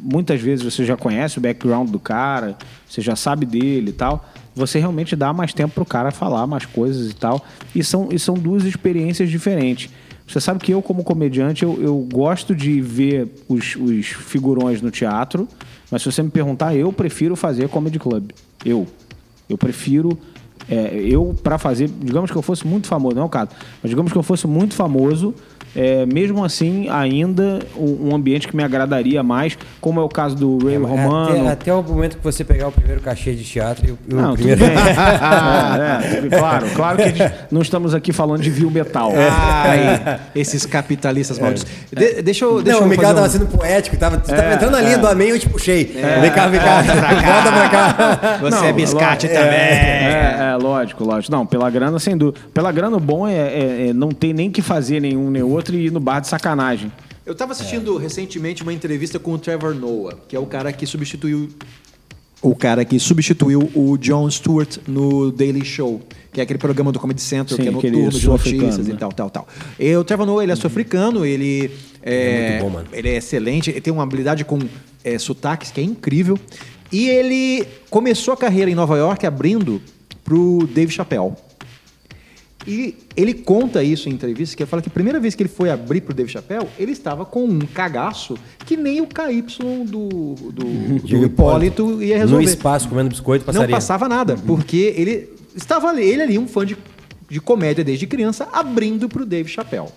[SPEAKER 2] muitas vezes você já conhece o background do cara, você já sabe dele e tal, você realmente dá mais tempo pro cara falar mais coisas e tal. E são, e são duas experiências diferentes. Você sabe que eu, como comediante, eu, eu gosto de ver os, os figurões no teatro, mas se você me perguntar, eu prefiro fazer comedy club. Eu. Eu prefiro. é, eu, pra fazer. Digamos que eu fosse muito famoso, não é o caso, mas digamos que eu fosse muito famoso, é, mesmo assim, ainda um, um ambiente que me agradaria mais, como é o caso do Ray
[SPEAKER 3] É,
[SPEAKER 2] Romano.
[SPEAKER 3] Até, até o momento que você pegar o primeiro cachê de teatro e o, e o
[SPEAKER 2] Não, tudo
[SPEAKER 3] primeiro.
[SPEAKER 2] bem. É, é, claro, claro que a gente não estamos aqui falando de view metal.
[SPEAKER 3] É.
[SPEAKER 4] Ai, esses capitalistas malditos. De- deixa eu. Deixa
[SPEAKER 3] Não,
[SPEAKER 4] eu
[SPEAKER 3] o Miguel
[SPEAKER 4] fazer
[SPEAKER 3] tava
[SPEAKER 4] um-
[SPEAKER 3] sendo poético, tava, tu
[SPEAKER 2] É,
[SPEAKER 3] tava entrando na linha do amém e eu te puxei. Vem cá, vem cá, volta pra cá.
[SPEAKER 4] Você é biscate
[SPEAKER 2] lógico,
[SPEAKER 4] também.
[SPEAKER 2] É, é, lógico, lógico. Não, pela grana, sem dúvida. Pela grana, o bom é, é- é não ter nem que fazer nenhum nem outro e ir no bar de sacanagem.
[SPEAKER 4] Eu tava assistindo recentemente uma entrevista com o Trevor Noah, que é o cara que substituiu o cara que substituiu o Jon Stewart no Daily Show, que é aquele programa do Comedy Central,
[SPEAKER 2] Sim,
[SPEAKER 4] que é
[SPEAKER 2] aquele
[SPEAKER 4] noturno de
[SPEAKER 2] sul-africano,
[SPEAKER 4] notícias e
[SPEAKER 2] né?
[SPEAKER 4] tal, tal, tal. E o Trevor Noah, ele é sul-africano, ele é,
[SPEAKER 3] muito bom, mano.
[SPEAKER 4] ele é excelente, ele tem uma habilidade com é, sotaques que é incrível. E ele começou a carreira em Nova York abrindo pro Dave Chappelle. E ele conta isso em entrevista, que ele fala que a primeira vez que ele foi abrir pro Dave Chappelle, ele estava com um cagaço que nem o KY do, do, do um Hipólito ia
[SPEAKER 3] No
[SPEAKER 4] resolver.
[SPEAKER 3] espaço, comendo biscoito,
[SPEAKER 4] Não
[SPEAKER 3] passaria.
[SPEAKER 4] passava nada, porque ele estava ali, ele ali, um fã de, de comédia desde criança, abrindo pro Dave Chappelle.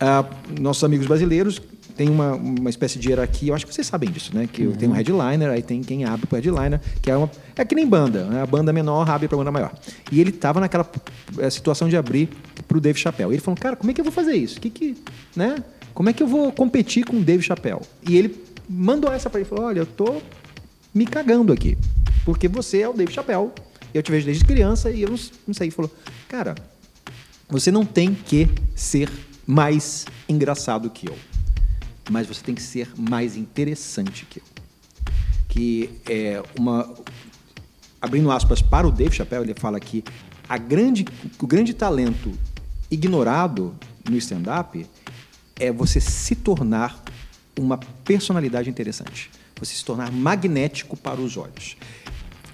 [SPEAKER 4] Ah, nossos amigos brasileiros têm uma, uma espécie de hierarquia, eu acho que vocês sabem disso, né? Que tem um headliner, aí tem quem abre pro headliner, que é uma. É que nem banda, né? A banda menor abre pra banda maior. E ele tava naquela eh, situação de abrir pro Dave Chappelle. E ele falou, cara, como é que eu vou fazer isso? Que que, né? Como é que eu vou competir com o Dave Chappelle? E ele mandou essa pra ele, falou, olha, eu tô me cagando aqui. Porque você é o Dave Chappelle. Eu te vejo desde criança e eu não, não sei. Ele falou, cara, você não tem que ser mais engraçado que eu, mas você tem que ser mais interessante que eu. Que é uma. Abrindo aspas para o Dave Chappelle, ele fala que a grande, o grande talento ignorado no stand-up é você se tornar uma personalidade interessante. Você se tornar magnético para os olhos.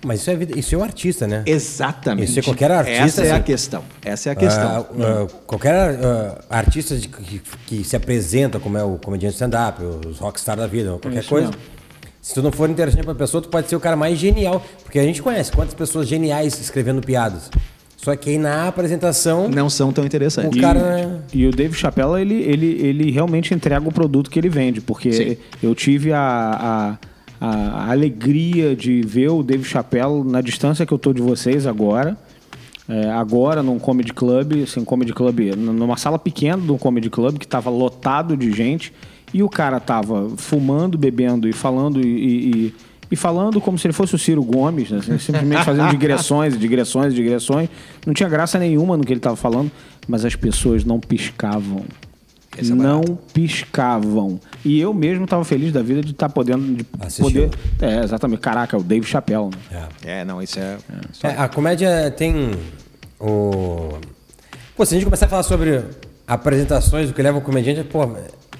[SPEAKER 3] Mas isso é, vida- isso é o artista, né?
[SPEAKER 4] Exatamente.
[SPEAKER 3] Isso é qualquer artista,
[SPEAKER 4] Essa é a
[SPEAKER 3] assim.
[SPEAKER 4] questão. Essa é a questão.
[SPEAKER 3] Ah, ah, qualquer ah, artista de- que, que se apresenta, como é o comediante stand-up, os rockstar da vida, ou qualquer
[SPEAKER 4] Isso
[SPEAKER 3] coisa.
[SPEAKER 4] mesmo.
[SPEAKER 3] Se tu não for interessante pra pessoa, tu pode ser o cara mais genial. Porque a gente conhece quantas pessoas geniais escrevendo piadas. Só que aí na apresentação,
[SPEAKER 4] Não são tão
[SPEAKER 3] o
[SPEAKER 4] interessantes.
[SPEAKER 3] cara.
[SPEAKER 2] E o Dave Chappelle, ele, ele, ele realmente entrega o produto que ele vende, porque
[SPEAKER 4] Sim.
[SPEAKER 2] eu tive a, a, a alegria de ver o Dave Chappelle na distância que eu tô de vocês agora. É, agora num comedy club, assim, comedy club, n- numa sala pequena de um comedy club que estava lotado de gente e o cara tava fumando, bebendo e falando e, e- e- e falando como se ele fosse o Ciro Gomes, né, assim, simplesmente fazendo digressões, digressões, digressões. Não tinha graça nenhuma no que ele estava falando, mas as pessoas não piscavam.
[SPEAKER 4] Esse é
[SPEAKER 2] não piscavam. E eu mesmo estava feliz da vida de estar podendo de
[SPEAKER 3] Assistiu.
[SPEAKER 2] poder. É, exatamente. Caraca, é o Dave Chappelle. né?
[SPEAKER 3] É.
[SPEAKER 4] É, não, isso é.
[SPEAKER 3] É, a comédia tem o. Pô, se a gente começar a falar sobre apresentações, o que leva o comediante, pô,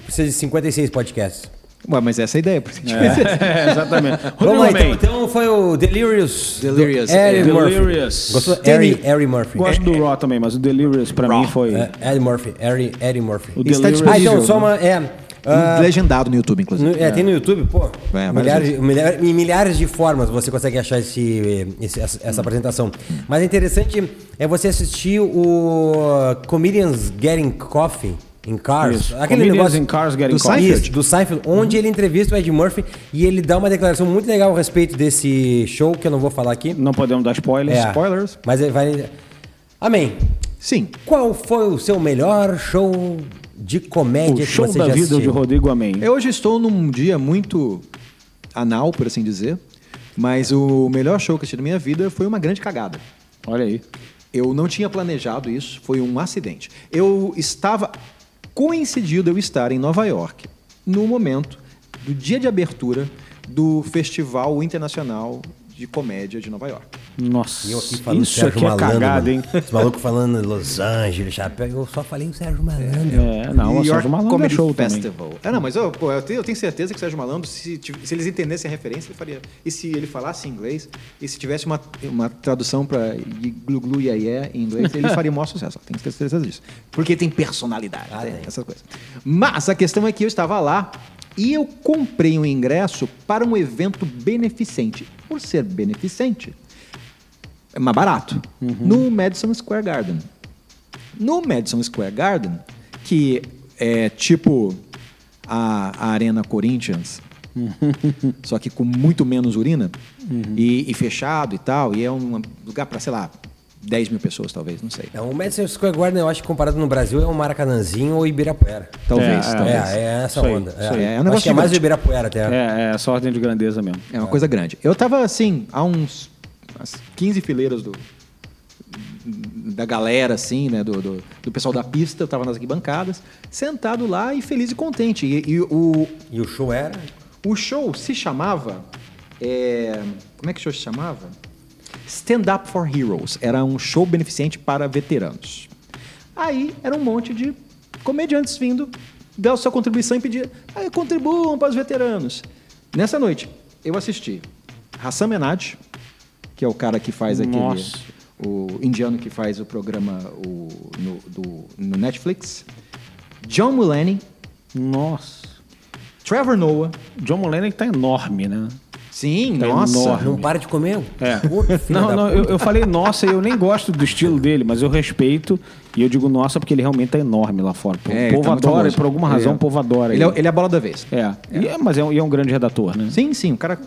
[SPEAKER 3] precisa de 56 podcasts.
[SPEAKER 4] Ué, mas essa é a ideia. porque-
[SPEAKER 2] É, exatamente.
[SPEAKER 3] Vamos
[SPEAKER 2] Rodrigo
[SPEAKER 3] lá, então,
[SPEAKER 2] Mendes.
[SPEAKER 3] então foi o Delirious.
[SPEAKER 4] Delirious,
[SPEAKER 3] Harry
[SPEAKER 4] é.
[SPEAKER 3] Murphy.
[SPEAKER 2] Delirious.
[SPEAKER 3] Gostou?
[SPEAKER 2] Tem-
[SPEAKER 3] Harry, Harry Murphy.
[SPEAKER 2] Gosto do Raw também, mas o Delirious pra mim foi.
[SPEAKER 3] É, Harry Murphy. Harry, Harry Murphy.
[SPEAKER 2] O
[SPEAKER 4] Está
[SPEAKER 2] Delirious.
[SPEAKER 3] Ah, então,
[SPEAKER 4] disponível.
[SPEAKER 3] só uma. É, ah,
[SPEAKER 4] Legendado no YouTube,
[SPEAKER 3] no-
[SPEAKER 4] inclusive.
[SPEAKER 3] é, tem no YouTube, pô.
[SPEAKER 4] várias
[SPEAKER 3] milhares, milhares, em milhares de formas você consegue achar esse, esse- essa, essa apresentação. Mas interessante é você assistir o Comedians Getting Coffee in Cars.
[SPEAKER 2] Isso.
[SPEAKER 3] Aquele
[SPEAKER 2] Comedians
[SPEAKER 3] negócio
[SPEAKER 2] in Cars Getting
[SPEAKER 3] do
[SPEAKER 4] Coffee.
[SPEAKER 3] Seinfeld. Isso, do Seinfeld, onde ele entrevista o Ed Murphy e ele dá uma declaração muito legal a respeito desse show, que eu não vou falar aqui.
[SPEAKER 2] Não podemos dar spoilers.
[SPEAKER 3] É,
[SPEAKER 2] Spoilers.
[SPEAKER 3] Mas ele vai. Amém.
[SPEAKER 4] Sim.
[SPEAKER 3] Qual foi o seu melhor show de comédia
[SPEAKER 2] O
[SPEAKER 3] é que
[SPEAKER 2] show
[SPEAKER 3] você
[SPEAKER 2] da
[SPEAKER 3] já
[SPEAKER 2] vida
[SPEAKER 3] assistiu?
[SPEAKER 2] de Rodrigo Amém.
[SPEAKER 4] Eu hoje estou num dia muito anal, por assim dizer, mas o melhor show que eu assisti na minha vida foi uma grande cagada.
[SPEAKER 2] Olha aí.
[SPEAKER 4] Eu não tinha planejado isso, foi um acidente. Eu estava coincidido eu estar em Nova York no momento do dia de abertura do Festival Internacional de Comédia de Nova York.
[SPEAKER 2] Nossa.
[SPEAKER 3] E eu aqui falando
[SPEAKER 2] isso
[SPEAKER 3] Sérgio
[SPEAKER 2] aqui é
[SPEAKER 3] Malandro,
[SPEAKER 2] cagada,
[SPEAKER 3] mano.
[SPEAKER 4] né?
[SPEAKER 2] hein?
[SPEAKER 3] Os malucos falando em Los Angeles, chapéu. Eu só falei o Sérgio Malandro.
[SPEAKER 2] É, não, o
[SPEAKER 4] New
[SPEAKER 2] Sérgio Malandro é
[SPEAKER 4] Comedy
[SPEAKER 2] show também.
[SPEAKER 4] Festival. É, não, mas eu, pô, eu, tenho, eu tenho certeza que o Sérgio Malandro, se, tiv- se eles entendessem a referência, ele faria. E se ele falasse inglês, e se tivesse uma, uma tradução para glu glu yeah, yeah em inglês, ele faria o maior sucesso. Tenho certeza disso. Porque tem personalidade, né? essas coisas. Mas a questão é que eu estava lá e eu comprei um ingresso para um evento beneficente. Por ser beneficente, é mais barato. No Madison Square Garden. No Madison Square Garden, que é tipo a, a Arena Corinthians, só que com muito menos urina, e, e fechado e tal, e é um lugar para, sei lá, 10 mil pessoas, talvez, não
[SPEAKER 2] É.
[SPEAKER 4] sei.
[SPEAKER 3] Então, o Madison Square Garden, eu acho que comparado no Brasil, é o Maracanãzinho ou Ibirapuera.
[SPEAKER 4] Talvez,
[SPEAKER 2] É, é,
[SPEAKER 4] talvez.
[SPEAKER 3] É, é essa
[SPEAKER 2] Isso aí,
[SPEAKER 3] onda.
[SPEAKER 4] isso aí. É um
[SPEAKER 3] É, acho
[SPEAKER 4] negócio
[SPEAKER 3] que é mais o
[SPEAKER 4] gigante.
[SPEAKER 3] Ibirapuera até.
[SPEAKER 2] É, é essa ordem de grandeza mesmo.
[SPEAKER 4] É uma coisa grande. Eu tava assim, há uns umas 15 fileiras do da galera, assim, né? Do, do, do pessoal da pista, eu tava nas bancadas, sentado lá e feliz e contente. E, e o,
[SPEAKER 3] E o show era.
[SPEAKER 4] o show se chamava. é, como é que o show se chamava? Stand Up for Heroes. Era um show beneficente para veteranos. Aí era um monte de comediantes vindo dar sua contribuição e pedir. Ah, contribuam para os veteranos. Nessa noite, eu assisti Hassan Menad, que é o cara que faz aquele.
[SPEAKER 2] Nossa.
[SPEAKER 4] O indiano que faz o programa o- no, do- no Netflix. John Mulaney,
[SPEAKER 2] Nossa.
[SPEAKER 4] Trevor Noah.
[SPEAKER 2] John Mulaney que tá enorme, né?
[SPEAKER 4] Sim,
[SPEAKER 2] Tá
[SPEAKER 4] nossa.
[SPEAKER 2] enorme.
[SPEAKER 3] Não para de comer.
[SPEAKER 2] É.
[SPEAKER 3] Ô, filho
[SPEAKER 2] Não,
[SPEAKER 3] da
[SPEAKER 2] não, eu, eu falei nossa e eu nem gosto do estilo dele, mas eu respeito e eu digo nossa porque ele realmente tá enorme lá fora. O
[SPEAKER 4] É, ele
[SPEAKER 2] povo
[SPEAKER 4] tá muito
[SPEAKER 2] adora, e
[SPEAKER 4] famoso.
[SPEAKER 2] por alguma razão o povo adora.
[SPEAKER 4] Ele é, ele é a bola da vez.
[SPEAKER 2] É, E é, mas é um, e é um grande redator, né?
[SPEAKER 4] Sim, sim, o cara.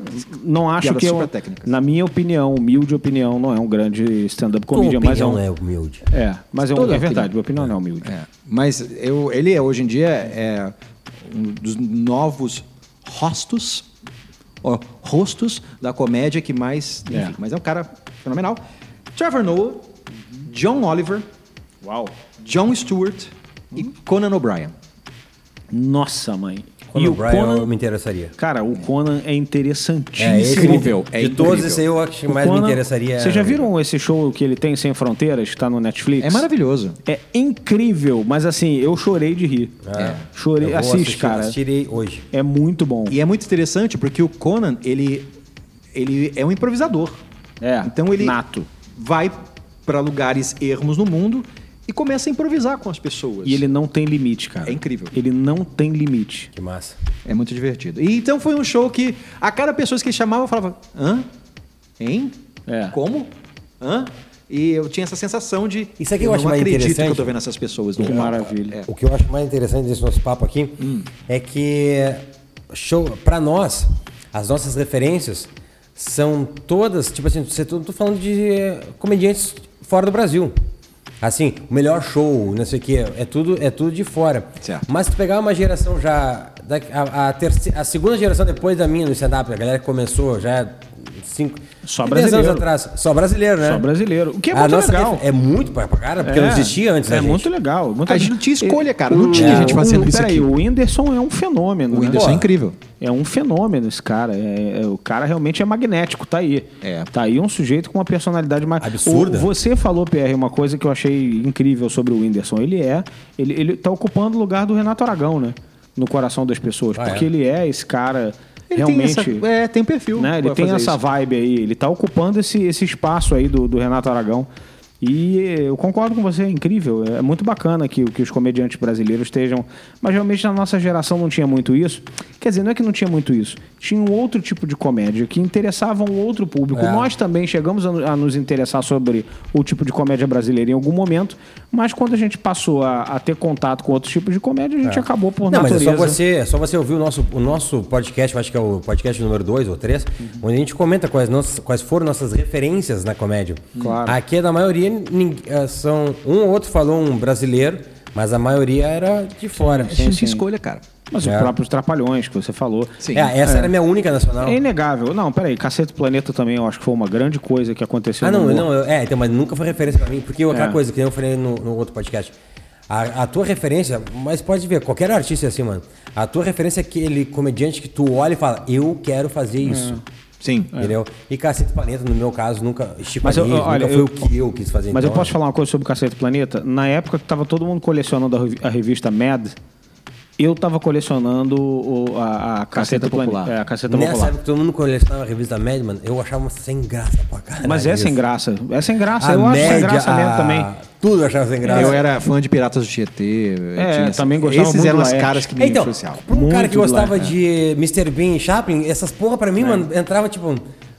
[SPEAKER 2] Não acho
[SPEAKER 4] Piadas
[SPEAKER 2] que
[SPEAKER 4] super
[SPEAKER 2] eu,
[SPEAKER 4] técnicas.
[SPEAKER 2] na minha opinião, humilde opinião, não é um grande stand-up
[SPEAKER 3] Tua
[SPEAKER 2] comedian, mas é
[SPEAKER 3] opinião
[SPEAKER 2] um,
[SPEAKER 3] é humilde.
[SPEAKER 2] é, mas é, um-
[SPEAKER 4] Toda
[SPEAKER 2] é verdade,
[SPEAKER 4] né? opinião.
[SPEAKER 2] minha opinião não é humilde.
[SPEAKER 4] É, Mas eu, ele é, hoje em dia é um dos novos rostos, ó, rostos da comédia que mais. Enfim,
[SPEAKER 2] É.
[SPEAKER 4] Mas é um cara fenomenal. Trevor Noah, John Oliver, É.
[SPEAKER 2] Uau.
[SPEAKER 4] John Stewart e Conan O'Brien.
[SPEAKER 2] Nossa, mãe.
[SPEAKER 3] Conan é
[SPEAKER 2] e o
[SPEAKER 3] O'Brien eu
[SPEAKER 2] Conan...
[SPEAKER 3] me interessaria.
[SPEAKER 2] Cara, o Conan é interessantíssimo.
[SPEAKER 3] É, esse
[SPEAKER 4] incrível,
[SPEAKER 3] de
[SPEAKER 4] é
[SPEAKER 3] de todos,
[SPEAKER 4] incrível.
[SPEAKER 3] esse aí eu acho que
[SPEAKER 2] O
[SPEAKER 3] mais me
[SPEAKER 2] Conan-
[SPEAKER 3] interessaria.
[SPEAKER 2] Vocês já viram esse show que ele tem, Sem Fronteiras, que tá no Netflix?
[SPEAKER 4] É maravilhoso.
[SPEAKER 2] É incrível, mas assim, eu chorei de rir. É.
[SPEAKER 3] Ah, Eu
[SPEAKER 2] Chorei,
[SPEAKER 3] vou
[SPEAKER 2] assiste,
[SPEAKER 3] assistir-
[SPEAKER 2] cara.
[SPEAKER 3] Assistirei hoje.
[SPEAKER 2] É muito bom.
[SPEAKER 4] E é muito interessante porque o Conan, ele, ele é um improvisador.
[SPEAKER 2] É,
[SPEAKER 4] Então ele
[SPEAKER 2] nato.
[SPEAKER 4] vai para lugares ermos no mundo e começa a improvisar com as pessoas.
[SPEAKER 2] E ele não tem limite, cara.
[SPEAKER 4] É incrível.
[SPEAKER 2] Ele não tem limite.
[SPEAKER 3] Que massa.
[SPEAKER 4] É muito divertido. E então foi um show que a cada pessoa que ele chamava eu falava: "Hã? Hein?
[SPEAKER 2] É.
[SPEAKER 4] Como? Hã?" E eu tinha essa sensação de
[SPEAKER 3] Isso aqui eu acho
[SPEAKER 4] não
[SPEAKER 3] mais
[SPEAKER 4] acredito que eu
[SPEAKER 3] interessante.
[SPEAKER 4] tô vendo essas pessoas. É.
[SPEAKER 2] Que maravilha.
[SPEAKER 3] O que eu acho mais interessante desse nosso papo aqui é que show para nós as nossas referências são todas tipo assim você tô, tô falando de eh, comediantes fora do Brasil assim o melhor show não sei o que é tudo é tudo de fora
[SPEAKER 4] Certo.
[SPEAKER 3] mas se tu pegar uma geração já da, a, a terce- a segunda geração depois da minha no stand-up a galera que começou já cinco
[SPEAKER 2] Só
[SPEAKER 3] dez anos
[SPEAKER 2] brasileiro.
[SPEAKER 3] atrás só brasileiro né
[SPEAKER 2] Só brasileiro. O que é
[SPEAKER 3] A
[SPEAKER 2] muito
[SPEAKER 3] nossa
[SPEAKER 2] legal.
[SPEAKER 3] refer- é muito pra pra cara porque
[SPEAKER 2] É.
[SPEAKER 3] não existia antes
[SPEAKER 2] É
[SPEAKER 3] né, gente?
[SPEAKER 2] muito legal. Muita
[SPEAKER 4] A gente não tinha escolha, cara. Não
[SPEAKER 2] O-
[SPEAKER 4] tinha gente
[SPEAKER 2] o-
[SPEAKER 4] fazendo isso
[SPEAKER 2] peraí,
[SPEAKER 4] aqui.
[SPEAKER 2] o Whindersson é um fenômeno.
[SPEAKER 4] O
[SPEAKER 2] né?
[SPEAKER 4] Whindersson
[SPEAKER 3] Pô.
[SPEAKER 4] é incrível.
[SPEAKER 2] É um fenômeno esse cara. É- é- o cara realmente é magnético, tá aí.
[SPEAKER 4] É.
[SPEAKER 2] Tá aí um sujeito com uma personalidade mais
[SPEAKER 3] Absurda.
[SPEAKER 2] Você falou, PR, uma coisa que eu achei incrível sobre o Whindersson. Ele é. Ele, ele tá ocupando o lugar do Renato Aragão, né? No coração das pessoas.
[SPEAKER 3] Ah,
[SPEAKER 2] porque
[SPEAKER 3] é?
[SPEAKER 2] ele é esse cara
[SPEAKER 4] Ele
[SPEAKER 2] realmente.
[SPEAKER 4] tem essa, é, tem perfil.
[SPEAKER 2] né? Ele
[SPEAKER 4] pra
[SPEAKER 2] tem
[SPEAKER 4] fazer
[SPEAKER 2] essa
[SPEAKER 4] isso.
[SPEAKER 2] vibe aí, ele tá ocupando esse, esse espaço aí do, do Renato Aragão. E eh, eu concordo com você, é incrível. É muito bacana que, que os comediantes brasileiros estejam. Mas realmente na nossa geração não tinha muito isso. Quer dizer, não é que não tinha muito isso. Tinha um outro tipo de comédia que interessava um outro público.
[SPEAKER 3] É.
[SPEAKER 2] Nós também chegamos a, no- a nos interessar sobre o tipo de comédia brasileira em algum momento. Mas quando a gente passou a, a ter contato com outros tipos de comédia, a gente acabou por
[SPEAKER 3] Não, mas é
[SPEAKER 2] natureza.
[SPEAKER 3] só você, é só você ouvir o nosso, o nosso podcast, eu acho que é o podcast número 2 ou 3, onde a gente comenta quais, nossas, quais foram nossas referências na comédia.
[SPEAKER 2] Claro.
[SPEAKER 3] Aqui é da maioria, nin- é, são um ou outro falou um brasileiro, mas a maioria era de fora.
[SPEAKER 4] A gente tinha escolha, cara.
[SPEAKER 2] Mas os próprios Trapalhões que você falou.
[SPEAKER 4] Sim.
[SPEAKER 3] É, essa era a minha única nacional.
[SPEAKER 2] É inegável. Não, peraí, Cacete do Planeta também eu acho que foi uma grande coisa que aconteceu.
[SPEAKER 3] Ah, não,
[SPEAKER 2] no-
[SPEAKER 3] não, eu- é, então, mas nunca foi referência pra mim, porque eu- aquela
[SPEAKER 2] É.
[SPEAKER 3] coisa que eu falei no, no outro podcast. A, a tua referência, mas pode ver, qualquer artista é assim, mano. A tua referência é aquele comediante que tu olha e fala, eu quero fazer isso.
[SPEAKER 4] Sim.
[SPEAKER 3] Entendeu? E Cacete Planeta, no meu caso, nunca. Chico
[SPEAKER 2] É. Mas eu-
[SPEAKER 3] Anísio,
[SPEAKER 2] eu- olha,
[SPEAKER 3] nunca
[SPEAKER 2] eu-
[SPEAKER 3] foi o que eu quis fazer.
[SPEAKER 2] Mas eu
[SPEAKER 3] então,
[SPEAKER 2] posso falar uma coisa sobre o Cacete do Planeta? Na época que tava todo mundo colecionando a revi- a revista Mad, eu tava colecionando o- a, a Caceta,
[SPEAKER 4] Caceta
[SPEAKER 2] Popular.
[SPEAKER 4] Popular.
[SPEAKER 2] É, a Caceta
[SPEAKER 3] Nessa
[SPEAKER 2] Popular.
[SPEAKER 3] época, todo mundo colecionava a revista Mad, mano. Eu achava sem graça pra caralho.
[SPEAKER 2] Mas é sem
[SPEAKER 3] isso.
[SPEAKER 2] graça. É sem graça.
[SPEAKER 3] A
[SPEAKER 2] eu acho sem
[SPEAKER 3] média,
[SPEAKER 2] graça mesmo
[SPEAKER 3] a-
[SPEAKER 2] também.
[SPEAKER 3] Tudo eu achava sem graça.
[SPEAKER 4] Eu era fã de Piratas do Tietê.
[SPEAKER 2] É,
[SPEAKER 4] tinha-
[SPEAKER 2] também gostava
[SPEAKER 4] Esses
[SPEAKER 2] muito
[SPEAKER 4] eram
[SPEAKER 2] do
[SPEAKER 4] as
[SPEAKER 2] Laerte.
[SPEAKER 4] caras que me
[SPEAKER 3] Então,
[SPEAKER 4] influenciavam.
[SPEAKER 3] pra um cara que
[SPEAKER 2] Muito
[SPEAKER 3] gostava
[SPEAKER 2] black, né? É.
[SPEAKER 3] de Mr. Bean e Chaplin, essas porra pra mim, mano, entrava tipo.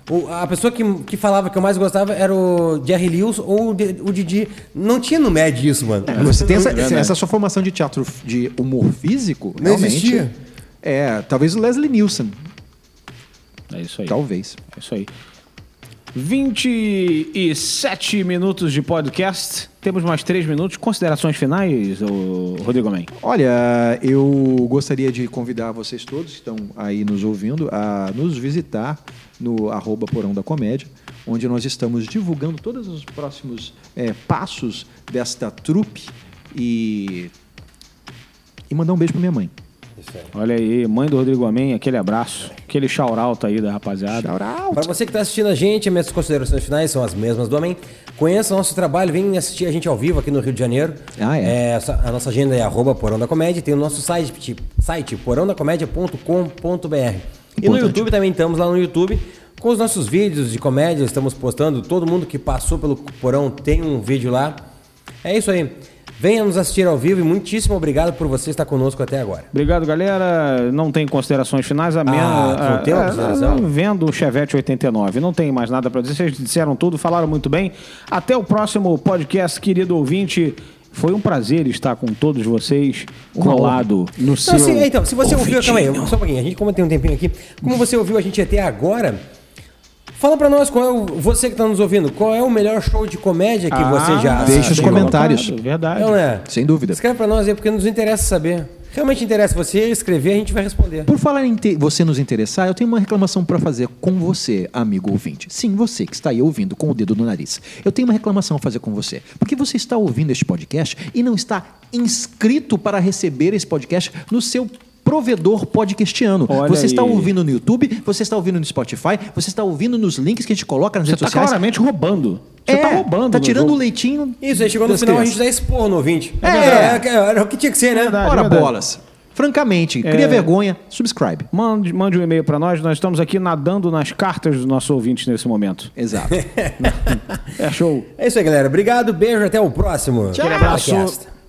[SPEAKER 3] o- a pessoa que, que falava que eu mais gostava era o Jerry Lewis ou o, D- o Didi. Não tinha no MED isso, mano.
[SPEAKER 2] É.
[SPEAKER 4] Você tem essa, essa sua formação de teatro de humor físico?
[SPEAKER 3] Não existia.
[SPEAKER 4] É, talvez o Leslie Nielsen.
[SPEAKER 2] É isso aí.
[SPEAKER 3] Então-
[SPEAKER 4] Talvez.
[SPEAKER 2] É isso aí. 27 minutos de podcast. Temos mais 3 minutos. Considerações finais, ô Rodrigo Amém?
[SPEAKER 4] Olha, eu gostaria de convidar vocês todos que estão aí nos ouvindo a nos visitar no arroba Porão da Comédia, onde nós estamos divulgando todos os próximos é, passos desta trupe e, e mandar um beijo pra minha mãe.
[SPEAKER 2] Olha aí, mãe do Rodrigo Amém, aquele abraço, aquele shout-out aí da rapaziada.
[SPEAKER 3] Para você que está assistindo a gente, minhas considerações finais são as mesmas do Amém. Conheça o nosso trabalho, vem assistir a gente ao vivo aqui no Rio de Janeiro.
[SPEAKER 4] Ah, é.
[SPEAKER 3] essa- a nossa agenda é arroba Porão da Comédia, tem o nosso site, site porãodacomédia.com.br. E no
[SPEAKER 4] Importante.
[SPEAKER 3] YouTube também estamos lá no YouTube com os nossos vídeos de comédia, estamos postando, todo mundo que passou pelo Porão tem um vídeo lá. É isso aí. Venha nos assistir ao vivo e muitíssimo obrigado por você estar conosco até agora.
[SPEAKER 2] Obrigado, galera. Não tem considerações finais, a menos.
[SPEAKER 4] Ah,
[SPEAKER 3] não tem uma
[SPEAKER 2] é,
[SPEAKER 3] consideração?
[SPEAKER 2] não, Vendo o Chevette 89. Não tem mais nada pra dizer. Vocês disseram tudo, falaram muito bem. Até o próximo podcast, querido ouvinte. Foi um prazer estar com todos vocês colado no seu.
[SPEAKER 4] assim,
[SPEAKER 3] Não, se, é, então, se você ouviu,
[SPEAKER 2] ouviu
[SPEAKER 3] calma aí, só um pouquinho, a gente, como tem um tempinho aqui, como você ouviu a gente até agora, fala pra nós qual é o, você que tá nos ouvindo, qual é o melhor show de comédia que você já
[SPEAKER 2] Ah,
[SPEAKER 4] deixa os
[SPEAKER 3] assistiu?
[SPEAKER 4] comentários.
[SPEAKER 2] Verdade.
[SPEAKER 3] Não é?
[SPEAKER 4] Sem dúvida.
[SPEAKER 3] Escreve pra nós aí, porque nos interessa saber. realmente interessa você escrever, a gente vai responder.
[SPEAKER 4] Por falar em te- você nos interessar, eu tenho uma reclamação para fazer com você, amigo ouvinte. Sim, você que está aí ouvindo com o dedo no nariz. Eu tenho uma reclamação a fazer com você. Porque você está ouvindo este podcast e não está inscrito para receber esse podcast no seu provedor podcastiano.
[SPEAKER 2] Olha
[SPEAKER 4] você está
[SPEAKER 2] aí.
[SPEAKER 4] ouvindo no YouTube, você está ouvindo no Spotify, você está ouvindo nos links que a gente coloca nas
[SPEAKER 2] Você
[SPEAKER 4] redes
[SPEAKER 2] tá
[SPEAKER 4] sociais.
[SPEAKER 2] claramente roubando. Você
[SPEAKER 4] É,
[SPEAKER 2] tá roubando.
[SPEAKER 4] Tá
[SPEAKER 2] no
[SPEAKER 4] tirando o
[SPEAKER 2] jogo.
[SPEAKER 4] leitinho.
[SPEAKER 3] Isso, aí chegou no
[SPEAKER 4] das
[SPEAKER 3] final, a
[SPEAKER 4] crianças.
[SPEAKER 3] gente já expor no ouvinte. É,
[SPEAKER 4] verdade.
[SPEAKER 3] é, era o que tinha que ser, né?
[SPEAKER 2] Verdade.
[SPEAKER 4] Ora
[SPEAKER 2] É verdade. É.
[SPEAKER 4] bolas. Francamente, cria vergonha, subscribe.
[SPEAKER 2] Mande, mande um e-mail para nós. Nós estamos aqui nadando nas cartas dos nossos ouvintes nesse momento.
[SPEAKER 4] Exato.
[SPEAKER 2] É show.
[SPEAKER 3] É isso aí, galera. Obrigado, beijo, até o próximo.
[SPEAKER 2] Aquele abraço.
[SPEAKER 3] Podcast.